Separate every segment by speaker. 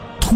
Speaker 1: 突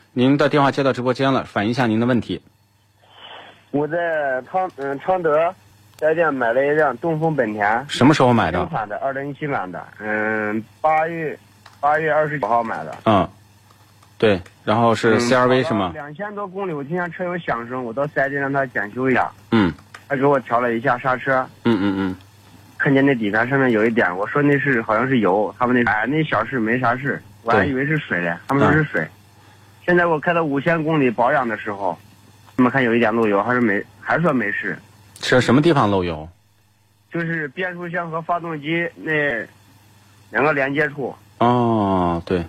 Speaker 2: 您的电话接到直播间了，反映一下您的问题。
Speaker 3: 我在昌嗯昌德家店买了一辆东风本田，
Speaker 2: 什么时候买
Speaker 3: 新
Speaker 2: 的？
Speaker 3: 款的，二零一七版的，嗯，八月八月二十九号买的。嗯
Speaker 2: 嗯，对，然后是 CRV 是吗？
Speaker 3: 两千多公里，我听见车有响声，我到四 S 店让他检修一下，
Speaker 2: 嗯
Speaker 3: 他给我调了一下刹车，
Speaker 2: 嗯嗯嗯，
Speaker 3: 看见那底盘上面有一点，我说那是好像是油，他们那哎那小事没啥事，我还
Speaker 2: 对嗯
Speaker 3: 以为是水嘞，他们说是水。现在我开到五千公里保养的时候，他们看有一点漏油，还是没还说没事，
Speaker 2: 是什么地方漏油？
Speaker 3: 就是变速箱和发动机那两个连接处。
Speaker 2: 哦，对，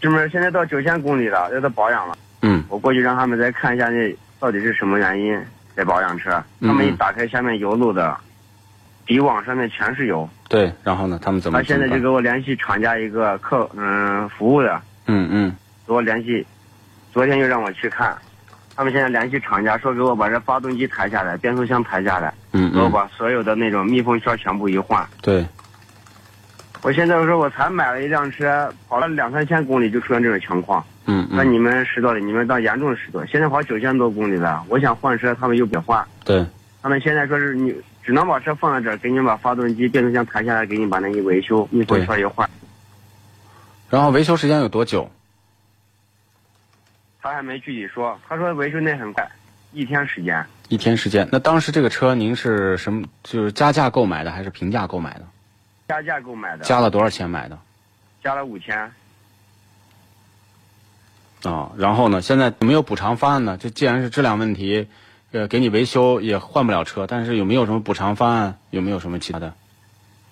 Speaker 3: 这不是现在到九千公里了，要到保养了。
Speaker 2: 嗯
Speaker 3: 我过去让他们再看一下那到底是什么原因在保养车。
Speaker 2: 嗯
Speaker 3: 他们一打开下面油漏的，底网上面全是油。
Speaker 2: 对，然后呢？他们怎么？
Speaker 3: 他现在
Speaker 2: 怎
Speaker 3: 就
Speaker 2: 么
Speaker 3: 给
Speaker 2: 办
Speaker 3: 我联系厂家一个客嗯服务的，
Speaker 2: 嗯嗯
Speaker 3: 给我联系，昨天就让我去看。他们现在联系厂家说给我把这发动机抬下来，变速箱抬下来，
Speaker 2: 嗯
Speaker 3: 给我
Speaker 2: 嗯，
Speaker 3: 把所有的那种密封销全部一换。
Speaker 2: 对，
Speaker 3: 我现在我说我才买了一辆车，跑了两三千公里就出现这种情况，
Speaker 2: 嗯
Speaker 3: 那
Speaker 2: 嗯
Speaker 3: 你们拾掇的，你们当严重拾掇。现在跑九千多公里了，我想换车，他们又不换，
Speaker 2: 对，
Speaker 3: 他们现在说是你只能把车放在这儿，给你把发动机、变速箱抬下来，给你把那一维修，密封销一换，
Speaker 2: 然后维修时间有多久？
Speaker 3: 他还没具体说，他说维修那很快，一天时间，
Speaker 2: 一天时间。那当时这个车您是什么？就是加价购买的还是平价购买的？
Speaker 3: 加价购买的，
Speaker 2: 加了多少钱买的？
Speaker 3: 加了五千。
Speaker 2: 啊、然后呢？现在有没有补偿方案呢？这既然是质量问题，呃，给你维修也换不了车，但是有没有什么补偿方案？有没有什么其他的？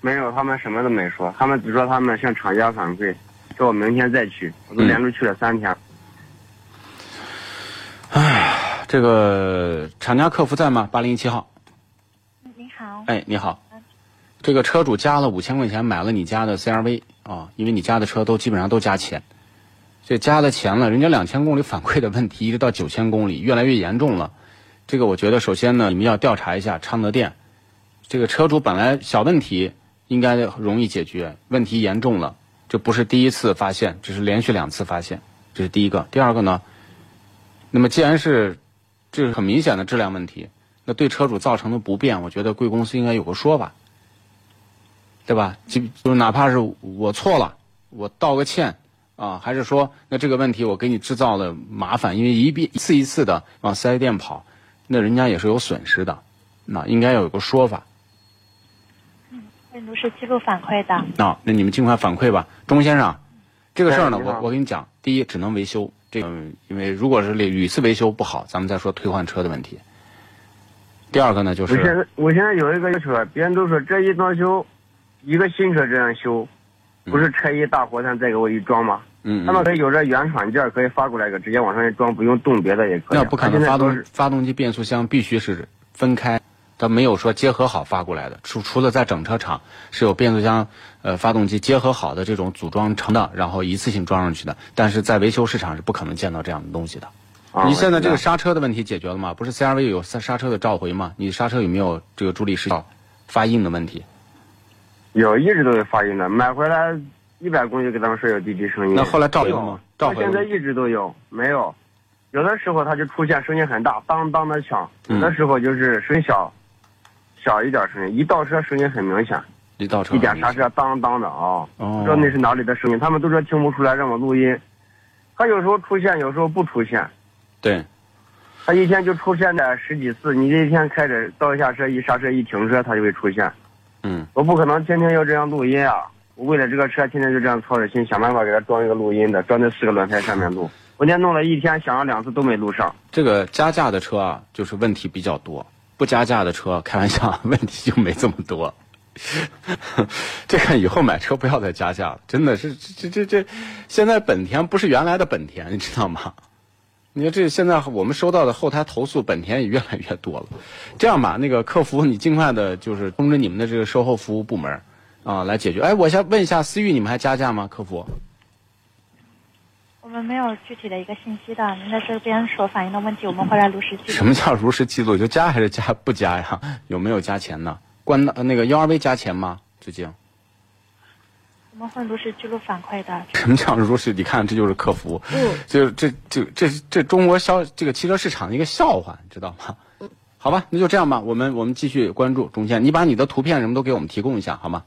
Speaker 3: 没有，他们什么都没说，他们只说他们向厂家反馈，说我明天再去，我
Speaker 2: 嗯
Speaker 3: 都连着去了三天。
Speaker 2: 这个厂家客服在吗？八零一七号。
Speaker 4: 你好，
Speaker 2: 哎，你好，这个车主加了五千块钱买了你家的 CRV 啊、因为你家的车都基本上都加钱，这加了钱了，人家两千公里反馈的问题一直到九千公里，越来越严重了。这个我觉得首先呢，你们要调查一下昌德店，这个车主本来小问题应该容易解决，问题严重了，这不是第一次发现，这是连续两次发现，这是第一个。第二个呢，那么既然是这是很明显的质量问题，那对车主造成的不便，我觉得贵公司应该有个说法，对吧？就就是哪怕是我错了，我道个歉啊，还是说那这个问题我给你制造了麻烦，因为一遍一次一次的往四 S 店跑，那人家也是有损失的，那应该有个说法。
Speaker 4: 会如实记录反馈的。
Speaker 2: 啊，那你们尽快反馈吧，钟先生，这个事儿呢，
Speaker 3: 哎你好
Speaker 2: 我我跟你讲，第一只能维修，这个嗯因为如果是屡屡次维修不好，咱们再说退换车的问题。第二个呢，就
Speaker 3: 我现
Speaker 2: 是
Speaker 3: 在我现在有一个车，别人都说这一装修，一个新车这样修，不是拆一大活塞再给我一装吗？
Speaker 2: 嗯，
Speaker 3: 他们
Speaker 2: 嗯
Speaker 3: 可以有这原厂件儿可以发过来一个，直接往上一装，不用动别的也可以。啊
Speaker 2: 那不可能，
Speaker 3: 他现在说
Speaker 2: 发动
Speaker 3: 是
Speaker 2: 发动机变速箱必须是分开，它没有说结合好发过来的，除除了在整车厂是有变速箱呃发动机结合好的这种组装成的，然后一次性装上去的，但是在维修市场是不可能见到这样的东西的。
Speaker 3: 啊
Speaker 2: 你现在这
Speaker 3: 我知道
Speaker 2: 个刹车的问题解决了吗？不是 CRV 有刹刹车的召回吗？你刹车有没有这个助力失效、发硬的问题？
Speaker 3: 有一直都有发音的，买回来一百公里就给他们说有滴滴声音。
Speaker 2: 那后来召回了吗？召
Speaker 3: 到
Speaker 2: 回了
Speaker 3: 嗯现
Speaker 2: 吗
Speaker 3: 在一直都有，没有。有的时候它就出现声音很大，当当的响；
Speaker 2: 嗯
Speaker 3: 有的时候就是声音小，小一点声音。一倒车声音很明显，
Speaker 2: 一倒车
Speaker 3: 一点刹车当当的啊！不
Speaker 2: 哦
Speaker 3: 知道那是哪里的声音，他们都说听不出来，让我录音。它有时候出现，有时候不出现。
Speaker 2: 对，
Speaker 3: 它一天就出现在十几次，你这一天开着倒一下车，一刹车一停车，它就会出现。
Speaker 2: 嗯
Speaker 3: 我不可能天天要这样录音啊！我为了这个车，天天就这样操着心，想办法给它装一个录音的，装在四个轮胎上面录。我连弄了一天，想了两次都没录上。
Speaker 2: 这个加价的车啊，就是问题比较多；不加价的车，开玩笑，问题就没这么多。 这个以后买车不要再加价了，真的是这这这这，现在本田不是原来的本田，你知道吗？你看这现在我们收到的后台投诉，本田也越来越多了。这样吧，那个客服你尽快的，就是通知你们的这个售后服务部门儿啊，来解决。哎，我先问一下，思域你们还加价吗？客服？
Speaker 4: 我们没有具体的一个信息的，您在这边所反映的问题，我们会来如实记
Speaker 2: 什
Speaker 4: 录。
Speaker 2: 么叫如实记录？就加还是加不加呀？ 有没有加钱呢？关呃那个幺二 V 加钱吗？最近
Speaker 4: 我们会如实记录反馈的。
Speaker 2: 什么叫如实？你看这就是客服，
Speaker 3: 嗯
Speaker 2: 就这这这这中国消这个汽车市场的一个笑话，你知道吗？
Speaker 3: 嗯
Speaker 2: 好吧，那就这样吧，我们我们继续关注中间，你把你的图片什么都给我们提供一下好吗？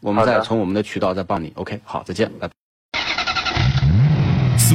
Speaker 2: 我们
Speaker 3: 好的
Speaker 2: 再从我们的渠道再帮你。OK，好，再见，拜拜。
Speaker 1: 俗